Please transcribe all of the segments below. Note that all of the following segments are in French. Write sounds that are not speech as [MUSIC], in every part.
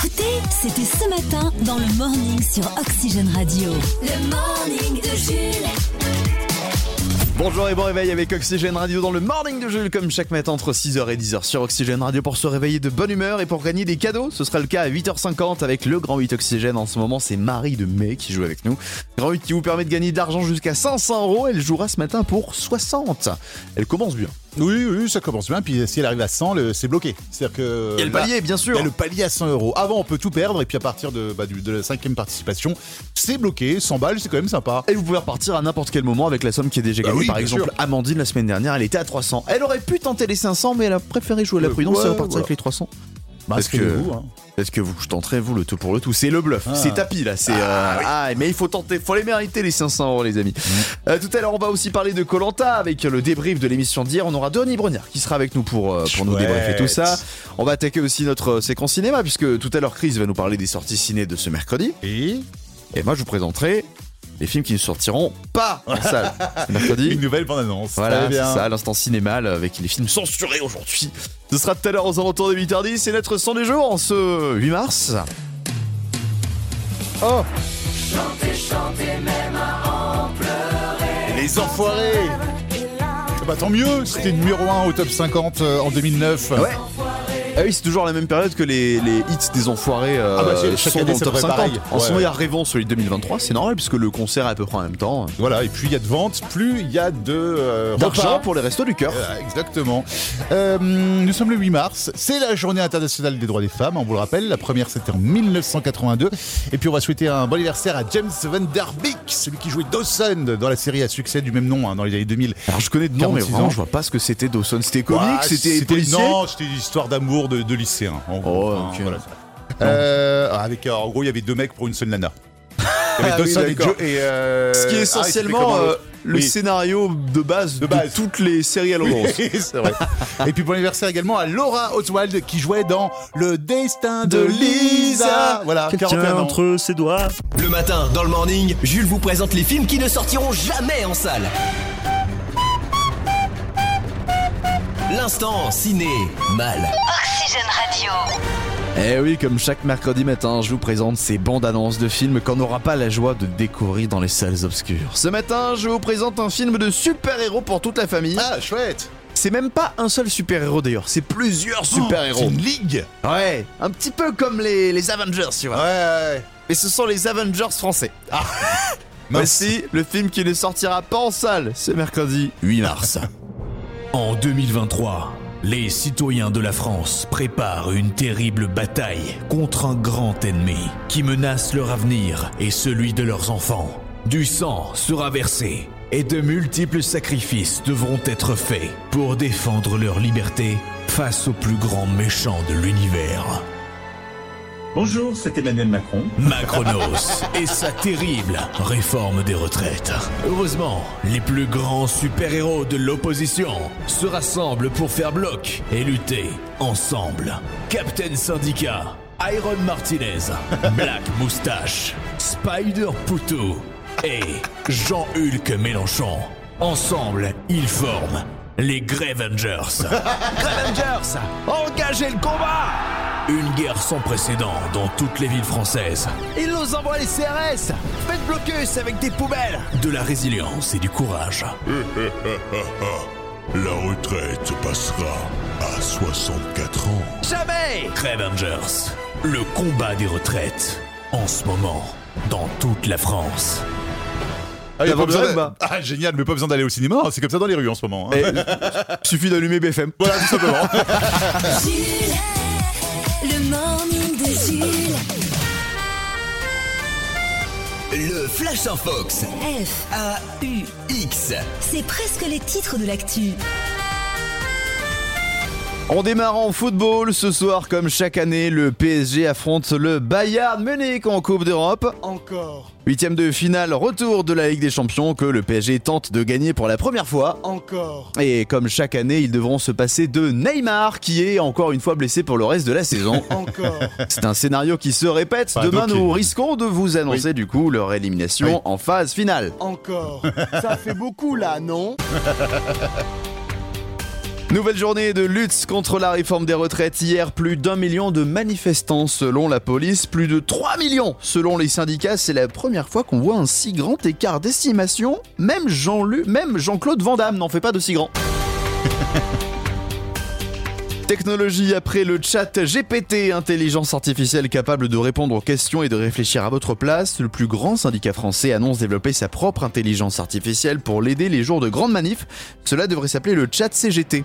C'était ce matin dans le morning sur Oxygène Radio. Le morning de Jules. Bonjour et bon réveil avec Oxygène Radio dans le morning de Jules, comme chaque matin entre 6h et 10h sur Oxygène Radio pour se réveiller de bonne humeur et pour gagner des cadeaux. Ce sera le cas à 8h50 avec le Grand 8 Oxygène. En ce moment, c'est Marie de Mai qui joue avec nous. Grand 8 qui vous permet de gagner de l'argent jusqu'à 500 euros. Elle jouera ce matin pour 60. Elle commence bien. Oui, oui, ça commence bien. Puis si elle arrive à 100, le- c'est bloqué. C'est-à-dire que. Il y a le là, Euh, palier, bien sûr. Il y a le palier à 100 euros. Avant, on peut tout perdre. Et puis à partir de, bah, du- de la cinquième participation, c'est bloqué. 100 balles, c'est quand même sympa. Et vous pouvez repartir à n'importe quel moment avec la somme qui est déjà Bah gagnée. oui, Par bien exemple, sûr. Amandine, la semaine dernière, elle était à 300. Elle aurait pu tenter les 500, mais elle a préféré jouer à la Euh, prudence et ouais, repartir voilà. avec les 300. Bah, Parce que- inscrivez-vous, hein. Est-ce que vous je tenterez vous le tout pour le tout C'est le bluff, Ah. c'est tapis là, c'est euh, ah, mais il faut tenter, faut les mériter les 500 euros les amis. Mm. Euh, tout à l'heure on va aussi parler de Colanta avec le débrief de l'émission d'hier. On aura Denis Brognard qui sera avec nous pour euh, pour nous Chouette. débriefer tout ça. On va attaquer aussi notre euh, séquence cinéma puisque tout à l'heure Chris va nous parler des sorties ciné de ce mercredi Et et moi je vous présenterai les films qui ne sortiront pas en [LAUGHS] salle ce mercredi. une nouvelle bande-annonce. Voilà, Très c'est bien. ça, l'instant cinéma là, avec les films censurés aujourd'hui. Ce sera tout à l'heure aux alentours de 8h10, c'est notre 100 des jours en ce 8 mars. Oh Les enfoirés Ah Bah tant mieux, c'était numéro 1 au top 50 euh, en 2009. Ouais. Ah oui, c'est toujours la même période que les, les hits des enfoirés euh, Ah bah, c'est- chaque sont année, dans le ça top devrait 50. pareil. En ce Ouais, moment, il y a Révon celui de 2023, c'est normal puisque le concert est à peu près en même temps. Voilà, et plus il y a de ventes, plus il y a de euh, D'argent repas. pour les restos du cœur. Euh, Exactement. Euh, nous sommes le 8 mars, c'est la journée internationale des droits des femmes, on vous le rappelle, la première c'était en 1982. Et puis on va souhaiter un bon anniversaire à James Van Der Beek, celui qui jouait Dawson dans la série à succès du même nom hein, dans les années 2000. Alors je connais de nom, mais 46 vraiment, ans. je vois pas ce que c'était Dawson. C'était comique, Ouais, c'était policier. Non, euh, c'était une histoire d'amour de, de lycéen. en Oh, gros, hein, ok. voilà. Euh, avec, euh, en gros, il y avait deux mecs pour une seule nana. Il y Ah avait deux oui, sons et, d'accord. Joe- et, euh, Ce qui est ah, il essentiellement s'appelait comment euh, l'autre le Oui. scénario de base de, De base. toutes les séries à l'orange. Oui, [LAUGHS] c'est vrai. Et puis bon anniversaire également à Laura Oswald qui jouait dans Le Destin de Lisa. Voilà, 41 ans. ses doigts. Le matin, dans le morning, Jules vous présente les films qui ne sortiront jamais en salle. L'instant ciné mal. Oxygène Radio. Eh oui, comme chaque mercredi matin, je vous présente ces bandes annonces de films qu'on n'aura pas la joie de découvrir dans les salles obscures. Ce matin, je vous présente un film de super-héros pour toute la famille. Ah, chouette. C'est même pas un seul super-héros d'ailleurs, c'est plusieurs Oh, super-héros. c'est une ligue. ouais, un petit peu comme les, les Avengers, tu Ouais, vois. ouais. Ah. Mais ce sont les Avengers français. [LAUGHS] Mince. Voici le film qui ne sortira pas en salle ce mercredi Ah, 8 mars. En 2023, les citoyens de la France préparent une terrible bataille contre un grand ennemi qui menace leur avenir et celui de leurs enfants. Du sang sera versé et de multiples sacrifices devront être faits pour défendre leur liberté face au plus grand méchant de l'univers. Bonjour, c'est Emmanuel Macron. Macronos et sa terrible réforme des retraites. Heureusement, les plus grands super-héros de l'opposition se rassemblent pour faire bloc et lutter ensemble. Captain Syndicat, Iron Martinez, Black Moustache, Spider Poutou et Jean-Hulk Mélenchon. Ensemble, ils forment les Grevengers. [LAUGHS] Grevengers, engagez le combat une guerre sans précédent dans toutes les villes françaises. Ils nous envoient les CRS Faites blocus avec des poubelles De la résilience et du courage. [LAUGHS] La retraite passera à 64 ans. Jamais Avengers, le combat des retraites. En ce moment, dans toute la France. Ah, il y a T'as pas besoin besoin de- d'a- ah, génial, mais pas besoin d'aller au cinéma. hein. C'est comme ça dans les rues en ce moment. hein. Suffit d'allumer BFM. Voilà, tout simplement. [LAUGHS] Jules. Le morning de Jules. Le Flash en Fox. F. A-U-X. C'est presque les titres de l'actu. On démarre en football ce soir, comme chaque année, le PSG affronte le Bayern Munich en Coupe d'Europe. Encore. Huitième de finale, retour de la Ligue des Champions que le PSG tente de gagner pour la première fois. Encore. Et comme chaque année, ils devront se passer de Neymar, qui est encore une fois blessé pour le reste de la [LAUGHS] saison. Encore. [LAUGHS] C'est un scénario qui se répète. Pas Demain, docké. nous risquons de vous annoncer du coup leur élimination Oui. en phase finale. Encore. Ça fait beaucoup là, non [LAUGHS] Nouvelle journée de lutte contre la réforme des retraites. Hier, plus d'un million de manifestants selon la police, plus de 3 millions selon les syndicats. C'est la première fois qu'on voit un si grand écart d'estimation. Même Jean-Lu, même Jean-Claude Van Damme n'en fait pas de si grand. Technologie après le chat GPT, intelligence artificielle capable de répondre aux questions et de réfléchir à votre place, le plus grand syndicat français annonce développer sa propre intelligence artificielle pour l'aider les jours de grandes manifs. Cela devrait s'appeler le chat CGT.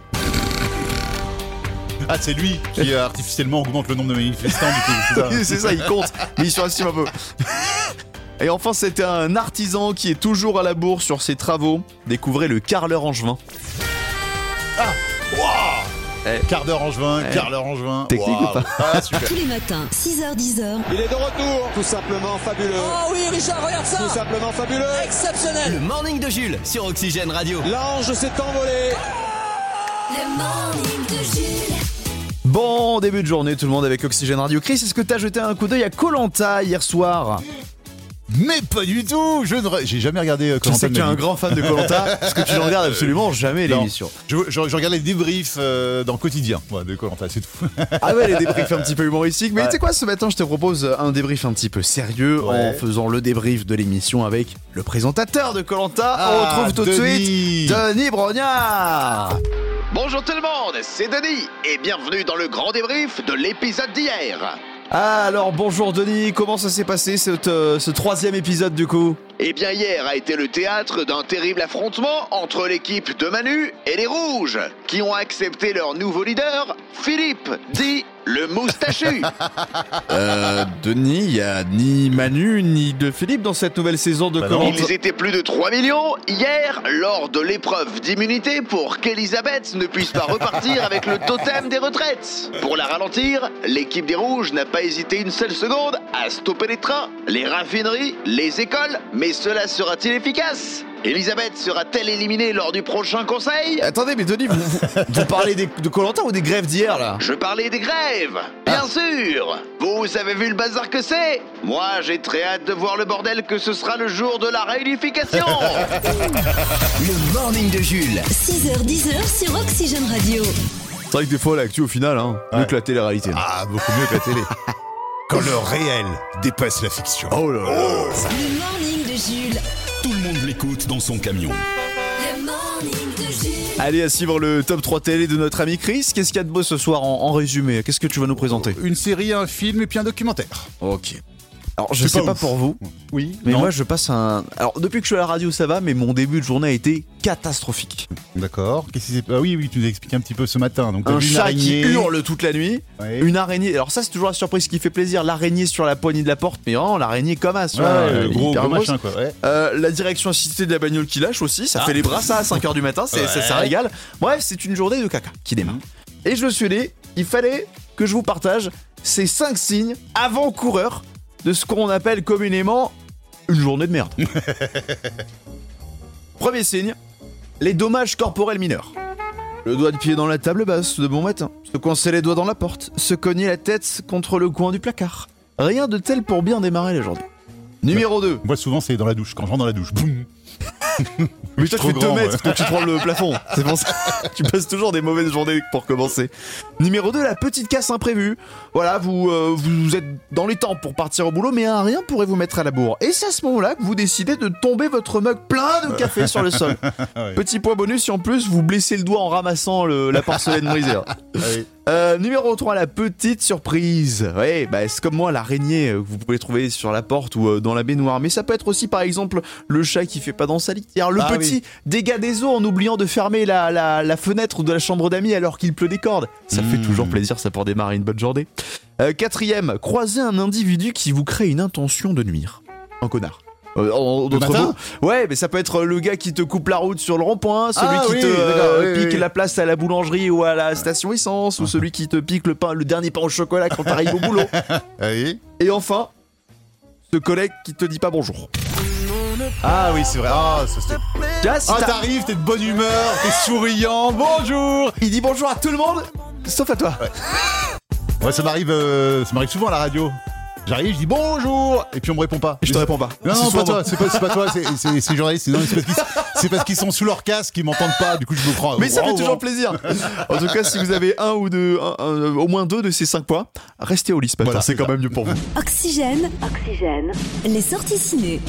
Ah, c'est lui qui euh, artificiellement augmente le nombre de manifestants, du coup. [LAUGHS] c'est ça Oui, c'est ça, il compte, mais il surestime un peu. Et enfin, c'est un artisan qui est toujours à la bourre sur ses travaux. Découvrez le carleur angevin. Quart d'heure en juin, quart d'heure en juin. Technique ou pas Ah, super. Tous les matins, 6h10h. Oh oui, Richard, regarde ça Tout simplement fabuleux Exceptionnel Le morning de Jules sur Oxygène Radio. Le morning de Jules. Bon début de journée, tout le monde avec Oxygène Radio. Chris, est-ce que t'as jeté un coup d'œil à Colanta hier soir Mais pas du tout Je ne re- j'ai jamais regardé euh, Je Colanta sais de que tu es ma un vie. grand fan de [LAUGHS] Colanta, parce que tu ne regardes absolument jamais Non. l'émission. Je, je, je regarde les débriefs euh, dans quotidien ouais, de Colanta, c'est tout. Ah ouais, les débriefs un petit peu humoristiques. Mais tu sais quoi, ce matin, je te propose un débrief un petit peu sérieux en Ouais. faisant le débrief de l'émission avec le présentateur de Colanta. Ah, On retrouve tout de Denis. suite Denis Brognard. Bonjour tout le monde, c'est Denis et bienvenue dans le grand débrief de l'épisode d'hier. Ah, alors bonjour Denis, comment ça s'est passé cette, euh, ce troisième épisode du coup Eh bien hier a été le théâtre d'un terrible affrontement entre l'équipe de Manu et les Rouges, qui ont accepté leur nouveau leader, Philippe, dit le moustachu. Euh, Denis, il n'y a ni Manu ni de Philippe dans cette nouvelle saison de Bah non. Colanta. Ils étaient plus de 3 millions hier lors de l'épreuve d'immunité pour qu'Elisabeth ne puisse pas repartir avec le totem des retraites. Pour la ralentir, l'équipe des Rouges n'a pas hésité une seule seconde à stopper les trains, les raffineries, les écoles, mais cela sera-t-il efficace Elisabeth sera-t-elle éliminée lors du prochain conseil Attendez, mais Denis, vous, vous- vous parlez des- de Colanta ou des grèves d'hier là Je parlais des grèves, bien sûr Vous avez vu le bazar que c'est Moi, j'ai très hâte de voir le bordel que ce sera le jour de la réunification 6h10h sur Oxygène Radio. C'est vrai que des fois, l'actu au final, hein, mieux que la télé-réalité. Ah, beaucoup mieux que la [LAUGHS] télé. Quand le réel dépasse la fiction. Oh là là. Le morning de Jules. Tout le monde l'écoute dans son camion. Le morning de Jules. Allez, à suivre le top 3 télé de notre ami Chris. Qu'est-ce qu'il y a de beau ce soir en, en résumé Qu'est-ce que tu vas nous présenter Une série, un film et puis un documentaire. Ok. Alors, je sais C'est pas pas ouf. pour vous, Oui, mais moi, je passe un. Alors, depuis que je suis à la radio, ça va, mais mon début de journée a été catastrophique. D'accord. Qu'est-ce qui s'est Ah oui, oui, tu nous as expliqué un petit peu ce matin. Donc, t'as Un vu une chat araignée. qui hurle toute la nuit, Ouais. une araignée. Alors, ça, c'est toujours la surprise qui fait plaisir. L'araignée sur la poignée de la porte, mais vraiment, l'araignée comme as. tu Ouais, vois, euh, euh, gros, hyper gros grosse. machin, quoi. ouais. Euh, la direction assistée de la bagnole qui lâche aussi, ça fait les bras ça à 5h du matin, c'est- ça, ça régale. Bref, c'est une journée de caca qui démarre. Et je me suis dit, il fallait que je vous partage ces 5 signes avant-coureurs de ce qu'on appelle communément une journée de merde. Premier signe, les dommages corporels mineurs. Le doigt de pied dans la table basse de bon matin, se coincer les doigts dans la porte, se cogner la tête contre le coin du placard. Rien de tel pour bien démarrer la journée. Numéro 2, Moi, souvent, c'est dans la douche. Quand je rentre dans la douche, [LAUGHS] boum. mais toi, tu Trop fais 2 grand, mètres, donc tu prends le plafond. C'est pour ça. [LAUGHS] tu passes toujours des mauvaises journées pour commencer. Numéro 2, la petite casse imprévue. Voilà, vous, euh, vous êtes dans les temps pour partir au boulot, mais un rien pourrait vous mettre à la bourre. Et c'est à ce moment-là que vous décidez de tomber votre mug plein de café sur le sol. ouais. Petit point bonus, si en plus vous blessez le doigt en ramassant le- la porcelaine brisée. Euh, numéro 3, la petite surprise. Oui, bah, c'est comme moi, l'araignée euh, que vous pouvez trouver sur la porte ou euh, dans la baignoire. Mais ça peut être aussi, par exemple, le chat qui fait pas dans sa litière, le Ah petit dégât des eaux en oubliant de fermer la, la- la fenêtre de la chambre d'amis alors qu'il pleut des cordes. Ça Hmm. fait toujours plaisir, ça pour démarrer une bonne journée. Euh, quatrième, croisez un individu qui vous crée une intention de nuire. Un connard. Euh, en- en d'autres matin mots, ouais, mais ça peut être le gars qui te coupe la route sur le rond-point, celui Ah qui oui, te euh, d'accord, oui, pique oui. la place à la boulangerie ou à la station essence, ou celui qui te pique le pain, le dernier pain au chocolat quand t'arrives au [LAUGHS] boulot. Allez. Et enfin, ce collègue qui te dit pas bonjour. Ah oui, c'est vrai. Ah, ça, c'était- Tu vois, si Ah, t'as- t'arrives, t'es de bonne humeur, t'es souriant. Bonjour. il dit bonjour à tout le monde, sauf à toi. Ouais, ça m'arrive, euh, ça m'arrive souvent à la radio. J'arrive, je dis bonjour, et puis on me répond pas. Je te Mais- réponds pas. C'est Non, non, pas souvent toi, moi. c'est pas, c'est pas toi, c'est- c'est c'est les journalistes. Non, c'est parce qu'ils- c'est parce qu'ils sont sous leur casque, ils m'entendent pas, du coup je me prends. Mais ça fait Wow, wow. toujours [LAUGHS] plaisir. En tout cas, si vous avez un ou deux, un- un- au moins deux de ces cinq points, restez au lit ce matin. Voilà, c'est c'est quand ça. même mieux pour vous. Oxygène. Oxygène. Les sorties ciné.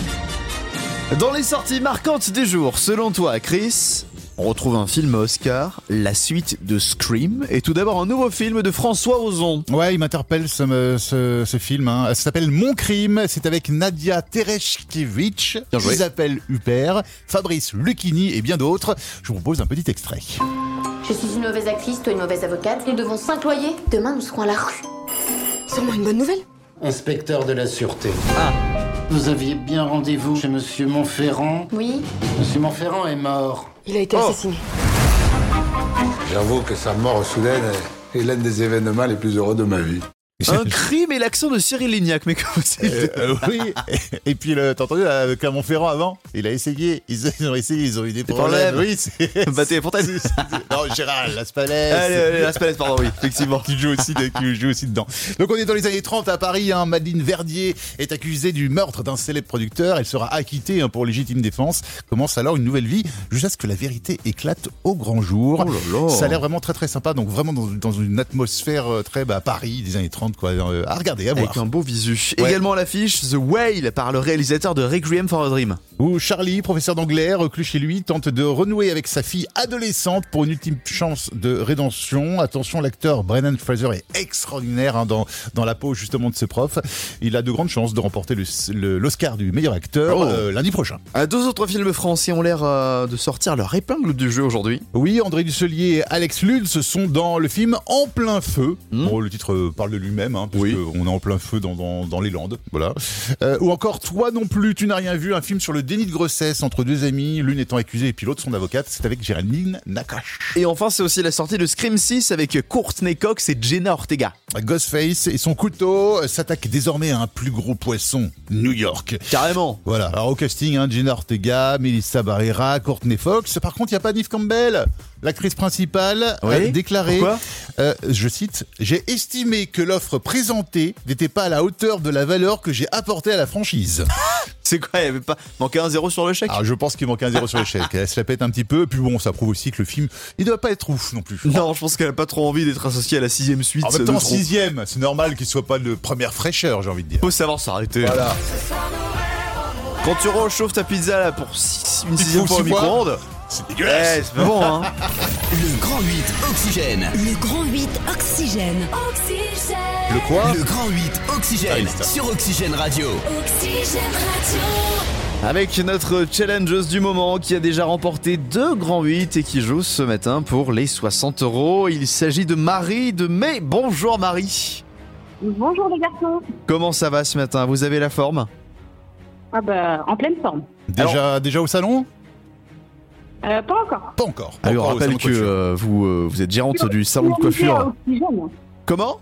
Dans les sorties marquantes du jour, selon toi, Chris, on retrouve un film Oscar, la suite de Scream, et tout d'abord un nouveau film de François [LAUGHS] Ozon. Ouais, il m'interpelle ce, me- ce, ce film. hein. Ça s'appelle Mon crime. C'est avec Nadia Tereshkevich, Bien joué. Isabelle Huppert, Fabrice Lucchini et bien d'autres. Je vous propose un petit extrait. Je suis une mauvaise actrice, toi une mauvaise avocate. Nous devons cinq loyers. Demain, nous serons à la rue. Sûrement une bonne nouvelle. Inspecteur de la sûreté. Vous aviez bien rendez-vous chez Monsieur Montferrand. Oui. Monsieur Montferrand est mort. Il a été assassiné. J'avoue que sa mort soudaine est l'un des événements les plus heureux de ma vie. Un crime et l'accent de Cyril Lignac, mais comment c'est Euh, euh, oui. [LAUGHS] Et puis, le- t'as entendu là, Clermont-Ferrand avant Il a essayé. Ils, [LAUGHS] ils ont essayé. Ils ont eu des problèmes. problèmes. Oui, c'est. [LAUGHS] Battez les fontaines. c'est- c'est- Non, Gérald Laspalais. Allez, allez, la Spalette, pardon, [LAUGHS] oui, effectivement. qui joue aussi, de- qui joue aussi dedans. Donc on est dans les années 30 à Paris. Hein, Madeleine Verdier est accusée du meurtre d'un célèbre producteur. Elle sera acquittée hein, pour légitime défense. Commence alors une nouvelle vie jusqu'à ce que la vérité éclate au grand jour. Ça a l'air vraiment très très sympa. Donc vraiment dans, dans une atmosphère euh, très bah, Paris des années 30 quoi. Euh, À regarder, à voir. Avec un beau visu. Ouais. Également à l'affiche The Whale par le réalisateur de Requiem for a Dream. Où Charlie, professeur d'anglais, reclus chez lui, tente de renouer avec sa fille adolescente pour une ultime chance de rédemption. Attention, l'acteur Brennan Fraser est extraordinaire hein, dans, dans la peau justement de ce prof. Il a de grandes chances de remporter le- le- l'Oscar du meilleur acteur Oh. euh, lundi prochain. Euh, Deux autres films français ont l'air euh, de sortir leur épingle du jeu aujourd'hui. Oui, André Dusselier et Alex Lutz sont dans le film En plein feu. Hmm. Bon, le titre euh, parle de lui-même, hein, parce Oui. que on est en plein feu dans, dans, dans les Landes. Voilà. Euh, ou encore Toi non plus, tu n'as rien vu, un film sur le déni de grossesse entre deux amies, l'une étant accusée et puis l'autre son avocate. C'est avec Géraldine Nakache. Et enfin, c'est aussi la sortie de Scream 6 avec Courtney Cox et Jenna Ortega. Ghostface et son couteau euh, s'attaquent désormais à un plus gros poisson, New York. [LAUGHS] Carrément. Voilà, alors au casting, hein, Gina Ortega, Melissa Barrera, Courtney Fox. Par contre, il n'y a pas Neve Campbell, l'actrice principale, Oui. a déclaré, Pourquoi euh, je cite, J'ai estimé que l'offre présentée n'était pas à la hauteur de la valeur que j'ai apportée à la franchise. C'est quoi Il y avait pas manqué un zéro sur le chèque Alors Ah, je pense qu'il manque un zéro sur l'échec. Elle se la pète un petit peu, et puis bon, ça prouve aussi que le film, il ne doit pas être ouf non plus. Non, je pense qu'elle a pas trop envie d'être associée à la sixième suite. En même de temps, trop. sixième, c'est normal qu'il soit pas de première fraîcheur, j'ai envie de dire. Faut savoir s'arrêter. Voilà. Quand tu réchauffes ta pizza là pour six- une Il sixième faut fois au six fois. micro-ondes, C'est eh, dégueulasse. c'est pas bon, hein. Le Grand 8 Oxygène. Le grand 8 Oxygène. Oxygène. Le quoi Le Grand 8 Oxygène Ah oui, ça. sur Oxygène Radio. Oxygène Radio. Avec notre challengeuse du moment qui a déjà remporté deux grands 8 et qui joue ce matin pour les 60 euros. Il s'agit de Marie de Mai. Bonjour Marie. Bonjour les garçons. Comment ça va ce matin Vous avez la forme Ah bah, en pleine forme. Déjà, déjà au salon Ah, Euh, pas encore. Pas encore. Pas Alors, encore on au salon rappelle de que coiffure. euh, vous, euh, vous êtes gérante du salon de Priorité à coiffure. oxygène. Comment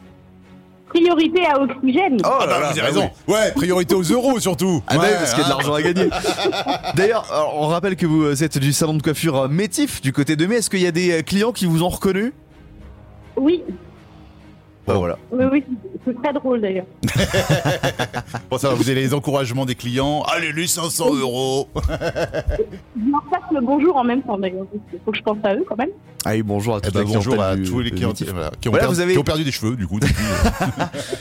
Oh Priorité à oxygène. Ah bah, vous avez raison. Ouais, priorité aux euros surtout. Ah bah Ouais, oui, parce qu'il y a de hein. l'argent à [LAUGHS] gagner. D'ailleurs, alors, on rappelle que vous êtes du salon de coiffure euh, Métif du côté de Mai. Est-ce qu'il y a des euh, clients qui vous ont reconnu Oui, Bah voilà. oui, oui. C'est très drôle d'ailleurs. Bon, ça va, vous avez les encouragements des clients. Allez, les 500 euros. Je leur passe le bonjour en même temps d'ailleurs. Faut que je pense à eux quand même. Allez, Ah bonjour à Eh toute ben, la bonjour à clientèle du- tous les de clients Métif. voilà, qui, ont Voilà, perdu, vous avez- qui ont perdu des cheveux, du coup. depuis,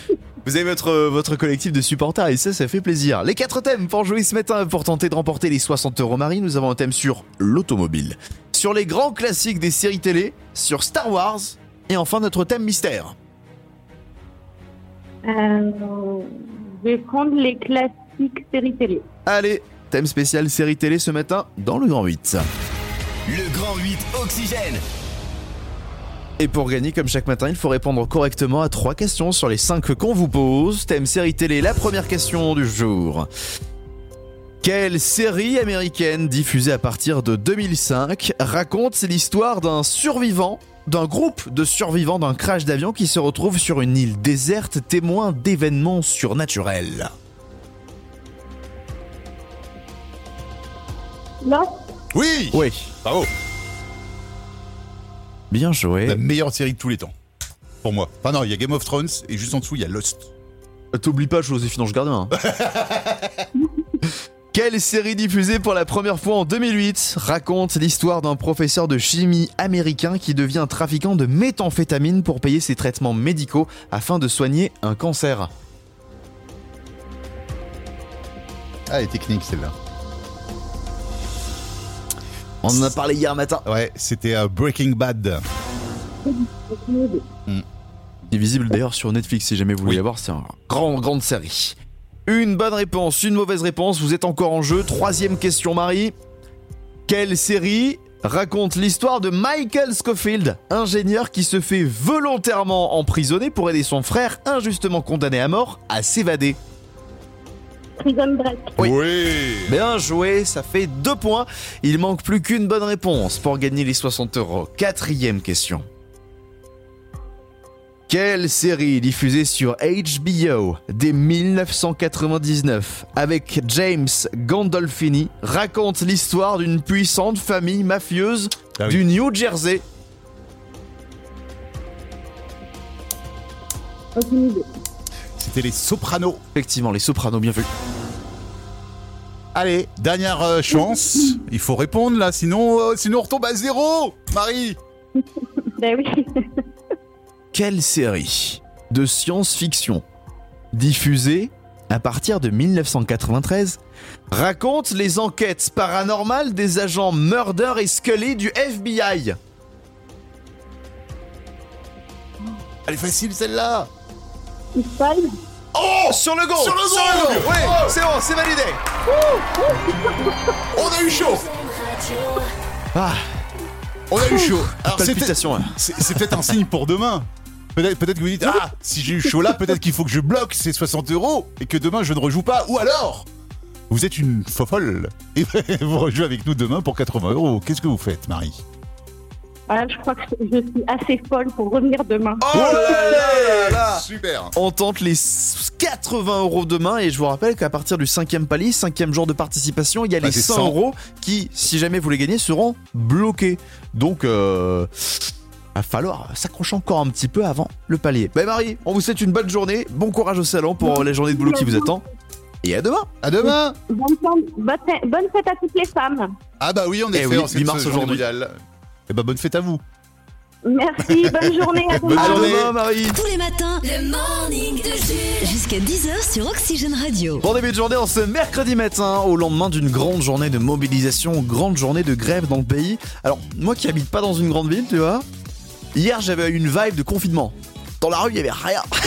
euh. Vous avez votre, euh, votre collectif de supporters et ça, ça fait plaisir. Les quatre thèmes pour jouer ce matin pour tenter de remporter les 60 euros Marie, nous avons un thème sur l'automobile, sur les grands classiques des séries télé, sur Star Wars et enfin notre thème mystère. Euh, je vais prendre les classiques séries télé. Allez, thème spécial série télé ce matin dans le Grand 8. Le Grand 8 Oxygène. Et pour gagner, comme chaque matin, il faut répondre correctement à trois questions sur les cinq qu'on vous pose. Thème série télé, la première question du jour. Quelle série américaine diffusée à partir de 2005 raconte l'histoire d'un survivant, d'un groupe de survivants d'un crash d'avion qui se retrouve sur une île déserte témoin d'événements surnaturels Là, Oui Oui, Bravo bien joué. Bah, La meilleure série de tous les temps. Pour moi. Enfin, non, il y a Game of Thrones et juste en dessous, il y a Lost. Euh, T'oublies pas Joséphine Ange Gardien. hein. Quelle série diffusée pour la première fois en 2008 raconte l'histoire d'un professeur de chimie américain qui devient trafiquant de méthamphétamine pour payer ses traitements médicaux afin de soigner un cancer Ah, elle est technique celle-là. On en a parlé hier matin. Ouais, c'était euh, Breaking Bad. Qui est visible d'ailleurs sur Netflix si jamais vous voulez la voir, c'est une grande, grande série. Une bonne réponse, une mauvaise réponse, vous êtes encore en jeu. Troisième question, Marie. Quelle série raconte l'histoire de Michael Scofield, ingénieur qui se fait volontairement emprisonner pour aider son frère, injustement condamné à mort, à s'évader Prison Break. oui. Bien joué, ça fait deux points. Il manque plus qu'une bonne réponse pour gagner les 60 euros. Quatrième question. Quelle série diffusée sur HBO dès 1999 avec James Gandolfini raconte l'histoire d'une puissante famille mafieuse du New Jersey C'était les Sopranos. Effectivement, les Sopranos, bien vu. Allez, dernière euh, chance. Il faut répondre là, sinon, euh, sinon on retombe à zéro, Marie. Ben oui. Quelle série de science-fiction diffusée à partir de 1993 raconte les enquêtes paranormales des agents Murder et Scully du FBI Elle est facile celle-là. Oh Sur le go Oh. Sur le go Ouais, c'est bon, c'est validé On a eu chaud Ah On a eu chaud Alors c'est Palpitation, hein. peut-être- c'est c'est peut-être un signe pour demain. Peut-être peut-être que vous dites Ah, si j'ai eu chaud là, peut-être qu'il faut que je bloque ces 60 euros et que demain je ne rejoue pas. Ou alors Vous êtes une fofolle et [LAUGHS] vous rejouez avec nous demain pour 80 euros. Qu'est-ce que vous faites, Marie Voilà, Ah, je crois que je suis assez folle pour revenir demain. Oh Super On tente les 80 euros demain et je vous rappelle qu'à partir du cinquième palier, cinquième jour de participation, il y a Ah, Bah, les c'est 100 100. euros qui, si jamais vous les gagnez, seront bloqués. Donc, euh, va falloir s'accrocher encore un petit peu avant le palier. Bah Marie, on vous souhaite une bonne journée, bon courage au salon pour la journée de boulot qui vous attend et à demain. À demain Bonne, fête- bonne fête- bonne fête à toutes les femmes. Ah bah oui, on est Eh fait oui, en cette 8 mars journée aujourd'hui. mondiale. Eh bah bonne fête à vous [LAUGHS] Merci, bonne journée à Bonne demain. journée. demain, Marie. Tous les matins, le morning de Jules. Jusqu'à 10h sur Oxygène Radio. Bon début de journée en ce mercredi matin, au lendemain d'une grande journée de mobilisation, grande journée de grève dans le pays. Alors, moi qui habite pas dans une grande ville, tu vois, hier j'avais une vibe de confinement. Dans la rue, il y avait rien. [LAUGHS]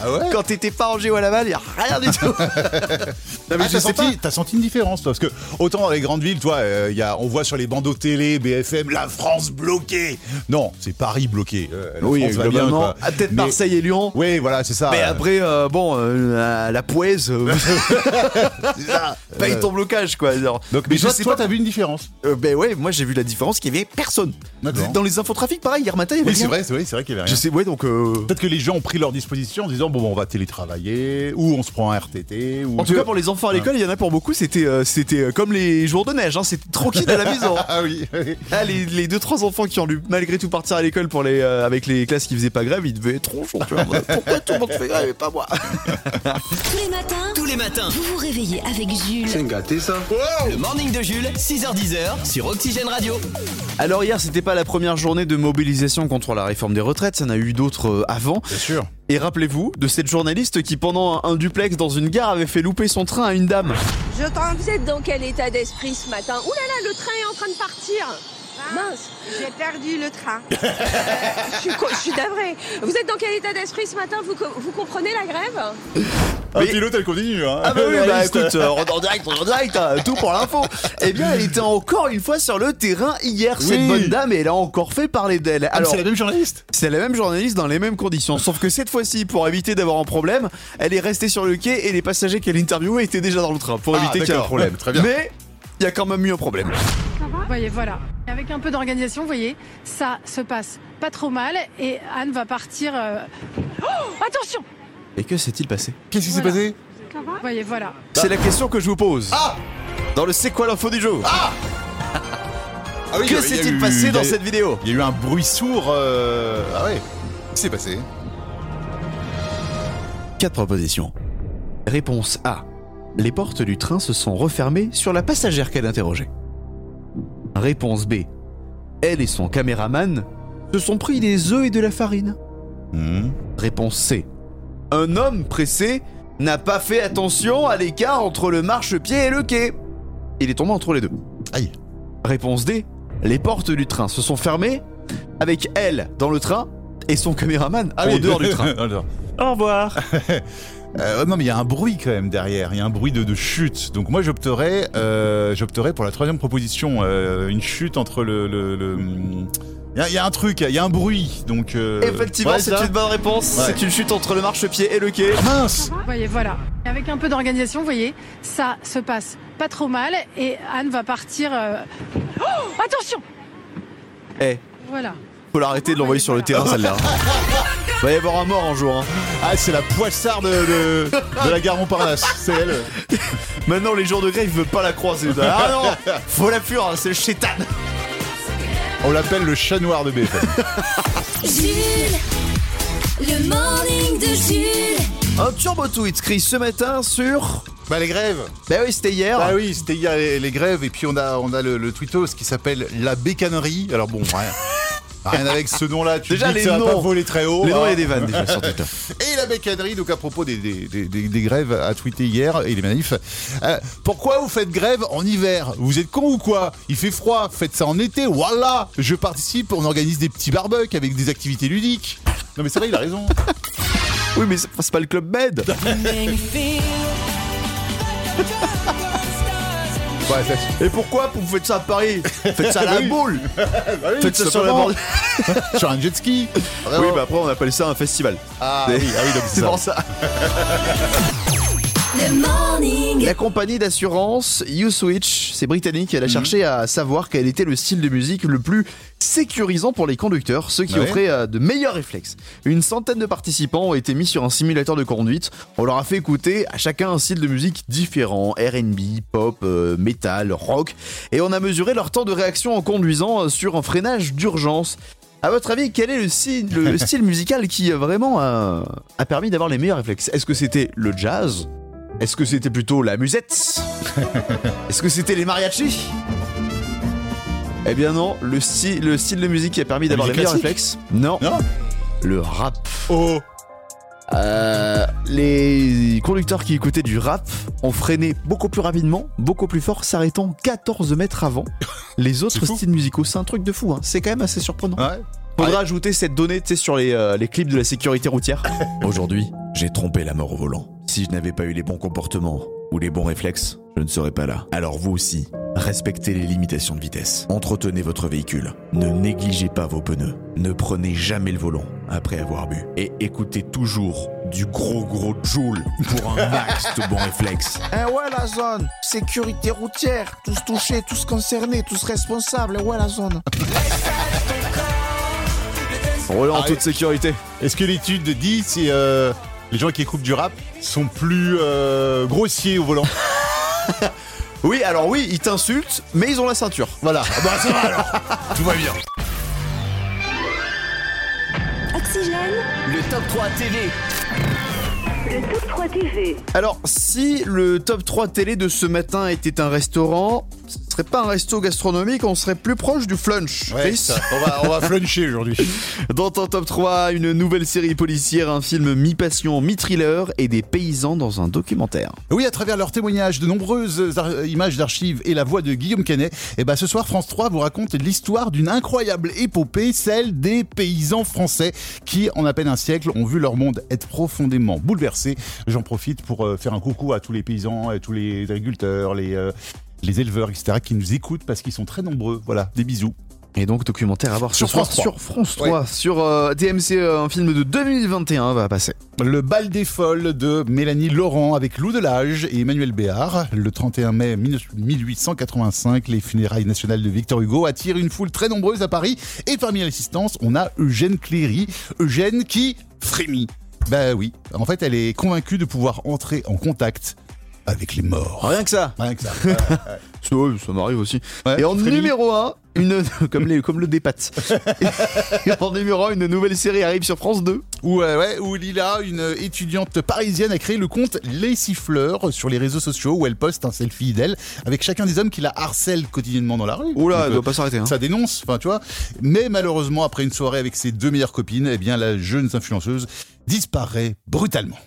Ah ouais Quand t'étais pas rangé ou à Laval, il y a rien du [LAUGHS] tout. Non, mais Ah, je t'as, sais pas. senti, t'as senti une différence, toi Parce que autant dans les grandes villes, toi, euh, y a, on voit sur les bandeaux télé, BFM, la France bloquée. Non, c'est Paris bloqué. Euh, la Oui, France va bien, globalement. quoi. Ah, peut-être Mais- Marseille et Lyon. Oui, voilà, c'est ça. Mais Euh, après, euh, bon, euh, la, la poèse, euh, c'est ça. [LAUGHS] paye Euh, ton blocage, quoi. Alors, Donc, mais, je toi, sais toi, pas. t'as vu une différence. Euh, ben ouais, moi j'ai vu la différence qu'il y avait personne. D'accord. Dans les infotrafics, pareil, hier matin, il y avait Oui, c'est rien. vrai, c'est vrai, c'est vrai qu'il y avait rien. Je sais, ouais, donc. euh, Peut-être que les gens ont pris leur disposition en disant bon, bon, on va télétravailler, ou on se prend un RTT, ou. En tout cas, pour les enfants à l'école, il y en a pour beaucoup, c'était euh, c'était euh, comme les jours de neige, hein, c'était tranquille à la [LAUGHS] maison. Ah oui, oui. Ah, les, les deux trois enfants qui ont dû malgré tout partir à l'école pour les euh, avec les classes qui faisaient pas grève, ils devaient être tronchons. [LAUGHS] tu vois. Pourquoi tout le monde fait grève et pas moi Tous les matins, Tous les matins, vous vous réveillez avec Jules. gâté ça le morning de Jules, 6h10 sur Oxygène Radio. Alors hier, c'était pas la première journée de mobilisation contre la réforme des retraites, ça en a eu d'autres euh, avant. Bien sûr. Et rappelez-vous de cette journaliste qui pendant un, un duplex dans une gare avait fait louper son train à une dame. Je t'en vous êtes dans quel état d'esprit ce matin Ouh là là, le train est en train de partir Mince Ah, J'ai perdu le train. [LAUGHS] je suis, co- je suis navrée. Vous êtes dans quel état d'esprit ce matin vous, co- vous comprenez la grève Ah, pilote, elle continue, hein. [LAUGHS] Ah bah oui, La bah liste. écoute, euh, on est en direct, on est en direct, hein, tout pour l'info. Eh bien, elle était encore une fois sur le terrain hier, cette Oui. bonne dame, et elle a encore fait parler d'elle. Ah, mais Alors, c'est la même journaliste c'est la même journaliste dans les mêmes conditions, sauf que cette fois-ci, pour éviter d'avoir un problème, elle est restée sur le quai et les passagers qu'elle interviewait étaient déjà dans le train, pour Ah, éviter qu'il y ait un d'accord. problème. Très bien. Mais, il y a quand même eu un problème. Vous voyez, voilà. Avec un peu d'organisation, vous voyez, ça se passe pas trop mal et Anne va partir. euh, Oh, attention Et que s'est-il passé Qu'est-ce qui s'est Voilà. passé Vous voyez, voilà. C'est la question que je vous pose. Ah Dans le C'est quoi l'info du jour Ah oui, il y Que a- il y a s'est-il eu- il y passé a dans eu- cette vidéo Il y a eu un bruit sourd. euh, Ah ouais. Qu'est-ce qui s'est passé Quatre propositions. Réponse A. Les portes du train se sont refermées sur la passagère qu'elle interrogeait. Réponse B. Elle et son caméraman se sont pris des œufs et de la farine. Hmm. Réponse C. Un homme pressé n'a pas fait attention à l'écart entre le marchepied et le quai. Il est tombé entre les deux. Aïe. Réponse D. Les portes du train se sont fermées avec elle dans le train et son caméraman Ah en dehors [LAUGHS] du train. Au [LAUGHS] revoir. Euh, non, mais il y a un bruit quand même derrière. Il y a un bruit de, de chute. Donc moi, j'opterais, euh, j'opterais pour la troisième proposition, euh, une chute entre le. le- le- Il y a- il y, a un truc, il y a un bruit. Donc. euh, Effectivement, ouais, c'est ça. une bonne réponse. Ouais. C'est une chute entre le marchepied et le quai. mince Vous voyez, voilà. Et Avec un peu d'organisation, vous voyez, ça se passe pas trop mal et Anne va partir. euh, Oh, attention Eh, Voilà. faut l'arrêter de l'envoyer sur le terrain, celle-là. Va y avoir un mort un jour. hein. Ah, c'est la poissarde de, de la gare Montparnasse. C'est elle. Maintenant, les jours de grève, ils veulent pas la croiser. Ah [LAUGHS] non Faut la fuir, c'est le chétan On l'appelle le chat noir de BFM. Jules, le morning de Jules. Un turbo tweet écrit ce matin sur. Bah les grèves Bah oui c'était hier Bah oui c'était hier les, les grèves et puis on a, on a le, le tweetos qui s'appelle La Bécanerie. Alors bon [LAUGHS] rien, rien avec ce nom là, tu Déjà, te dis que les ça va noms. pas voler très haut. Les noms, hein. il y a des vannes, déjà, sur Twitter. Et la Bécanerie donc à propos des, des- des- des- des grèves a tweeté hier et les manifs. Euh, pourquoi vous faites grève en hiver Vous êtes con ou quoi Il fait froid, faites ça en été, voilà Je participe, on organise des petits barbecues avec des activités ludiques. Non mais c'est vrai il [LAUGHS] a raison. [LAUGHS] Oui mais c'est c'est pas le club Med Et pourquoi vous faites ça à Paris Faites ça [LAUGHS] à la Oui. boule Faites ça Bah sur la simplement. bande [LAUGHS] Sur un jet ski Oui bah après on appelle ça un festival Ah C'est- oui, ah [LAUGHS] oui, donc C'est ça. pour ça Le morning. La compagnie d'assurance U-Switch, c'est britannique, elle a cherché à savoir quel était le style de musique le plus sécurisant pour les conducteurs, ceux qui Ouais. offraient euh, de meilleurs réflexes. Une centaine de participants ont été mis sur un simulateur de conduite. On leur a fait écouter à chacun un style de musique différent, RB, pop, euh, metal, rock, et on a mesuré leur temps de réaction en conduisant euh, sur un freinage d'urgence. À votre avis, quel est le, si- le style musical qui euh, vraiment a, a permis d'avoir les meilleurs réflexes Est-ce que c'était le jazz Est-ce que c'était plutôt la musette Est-ce que c'était les mariachis Eh bien non, le, sti- le style de musique qui a permis La d'avoir les musique meilleurs réflexes Non. classique Le rap. Oh les conducteurs qui écoutaient du rap ont freiné beaucoup plus rapidement, beaucoup plus fort, s'arrêtant 14 mètres avant les autres styles musicaux. C'est un truc de fou, hein. c'est quand même assez surprenant. Faudra ajouter cette donnée tu sais, sur les, euh, les clips de la sécurité routière. [LAUGHS] Aujourd'hui, j'ai trompé la mort au volant. Si je n'avais pas eu les bons comportements ou les bons réflexes, je ne serais pas là. Alors vous aussi, respectez les limitations de vitesse. Entretenez votre véhicule. Ne négligez pas vos pneus. Ne prenez jamais le volant après avoir bu. Et écoutez toujours du gros gros joule pour [LAUGHS] un max de bons réflexes. Eh ouais la zone Sécurité routière, tous touchés, tous concernés, tous responsables, eh ouais la zone Roland en toute sécurité. Est-ce que l'étude dit si euh, les gens qui écoutent du rap sont plus euh, grossiers au volant Oui, alors oui, ils t'insultent, mais ils ont la ceinture. Voilà. Bah ça va alors. [LAUGHS] Tout va bien. Oxygène. Le top 3 TV. Le top 3 TV. Alors, si le top 3 télé de ce matin était un restaurant, ce serait pas un resto gastronomique, on serait plus proche du flunch. Ouais, Chris. ça, on va- on [LAUGHS] va fluncher aujourd'hui. Dans ton top 3, une nouvelle série policière, un film mi-passion, mi-thriller et des paysans dans un documentaire. Oui, à travers leurs témoignages, de nombreuses ar- images d'archives et la voix de Guillaume Canet, et ben ce soir, France 3 vous raconte l'histoire d'une incroyable épopée, celle des paysans français qui, en à peine un siècle, ont vu leur monde être profondément bouleversé. J'en profite pour euh, faire un coucou à tous les paysans, à tous les agriculteurs, les, euh, les éleveurs, etc., qui nous écoutent parce qu'ils sont très nombreux. Voilà, des bisous. Et donc, documentaire à voir sur ce soir France 3. sur France 3. Sur euh, DMC, euh, un film de 2021 va passer. Le bal des folles de Mélanie Laurent avec Lou Delage et Emmanuel Béard. Le 31 mai 1885, les funérailles nationales de Victor Hugo attirent une foule très nombreuse à Paris. Et parmi l'assistance, on a Eugène Cléry. Eugène qui frémit. Bah oui, en fait, elle est convaincue de pouvoir entrer en contact avec les morts. Rien que ça. Rien que ça. Ça, ouais, ça m'arrive aussi. Et en Frémilly. numéro 1, une, [LAUGHS] comme, les, comme le dépate. Et en numéro 1, une nouvelle série arrive sur France 2. Où, euh, ouais, où Lila, une euh, étudiante parisienne, a créé le compte Les Siffleurs sur les réseaux sociaux où elle poste un selfie d'elle avec chacun des hommes qui la harcèlent quotidiennement dans la rue. Oula, Donc, elle euh, doit pas s'arrêter. hein. Ça dénonce, enfin tu vois. Mais malheureusement, après une soirée avec ses deux meilleures copines, eh bien la jeune influenceuse disparaît brutalement.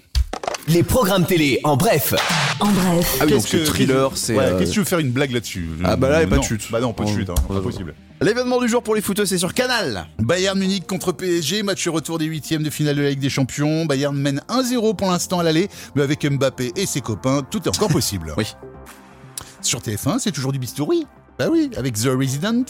Les programmes télé, en bref. En bref. Ah oui, donc Qu'est-ce c'est que- thriller, c'est. Ouais, euh, Qu'est-ce que tu veux faire une blague là-dessus Ah bah là, y a pas de Non. chute. Bah non, pas de Oh, chute, hein, oh, pas possible. L'événement du jour pour les footeux, c'est sur Canal. Bayern Munich contre PSG, match retour des huitièmes de finale de la Ligue des Champions. Bayern mène 1-0 pour l'instant à l'aller, mais avec Mbappé et ses copains, tout est encore possible. oui. Sur TF1, c'est toujours du bistouri. Bah oui, avec The Resident.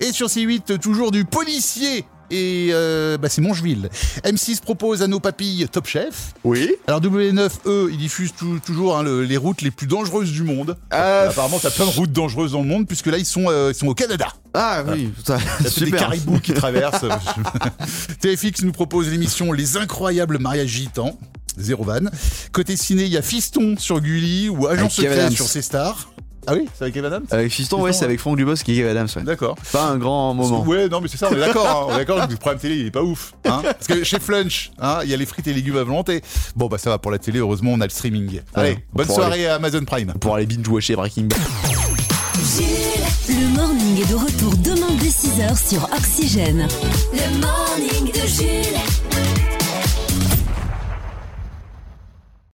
Et sur C8, toujours du policier. Et euh, bah c'est Mongeville. M6 propose à nos papilles Top Chef. Oui. Alors W9, eux, ils diffusent tou- toujours hein, le- les routes les plus dangereuses du monde. Apparemment, t'as plein de routes dangereuses dans le monde, puisque là, ils sont, euh, ils sont au Canada. Ah oui, ça, [LAUGHS] T'as tous des super. caribous qui traversent. [LAUGHS] TFX nous propose l'émission Les incroyables mariages gitans. Zéro van. Côté ciné, il y a Fiston sur Gulli ou Agent Avec Kev Secret Adams. sur C Star. Ah oui, c'est avec Evan Adams Avec Fiston, ouais, c'est avec Franck Dubos qui est Adams. Ouais. D'accord. Pas un grand moment. Ouais, non, mais c'est ça, on est d'accord. hein, on est d'accord, le programme télé, il est pas ouf. hein. Parce que chez Flunch, hein, il y a les frites et légumes à volonté. Bon, bah ça va pour la télé, heureusement, on a le streaming. Allez, Ouais, on bonne pourra soirée aller- à Amazon Prime. Pour aller binge-watcher Breaking Bad. Le morning est de retour demain dès 6h sur Oxygène. Le morning de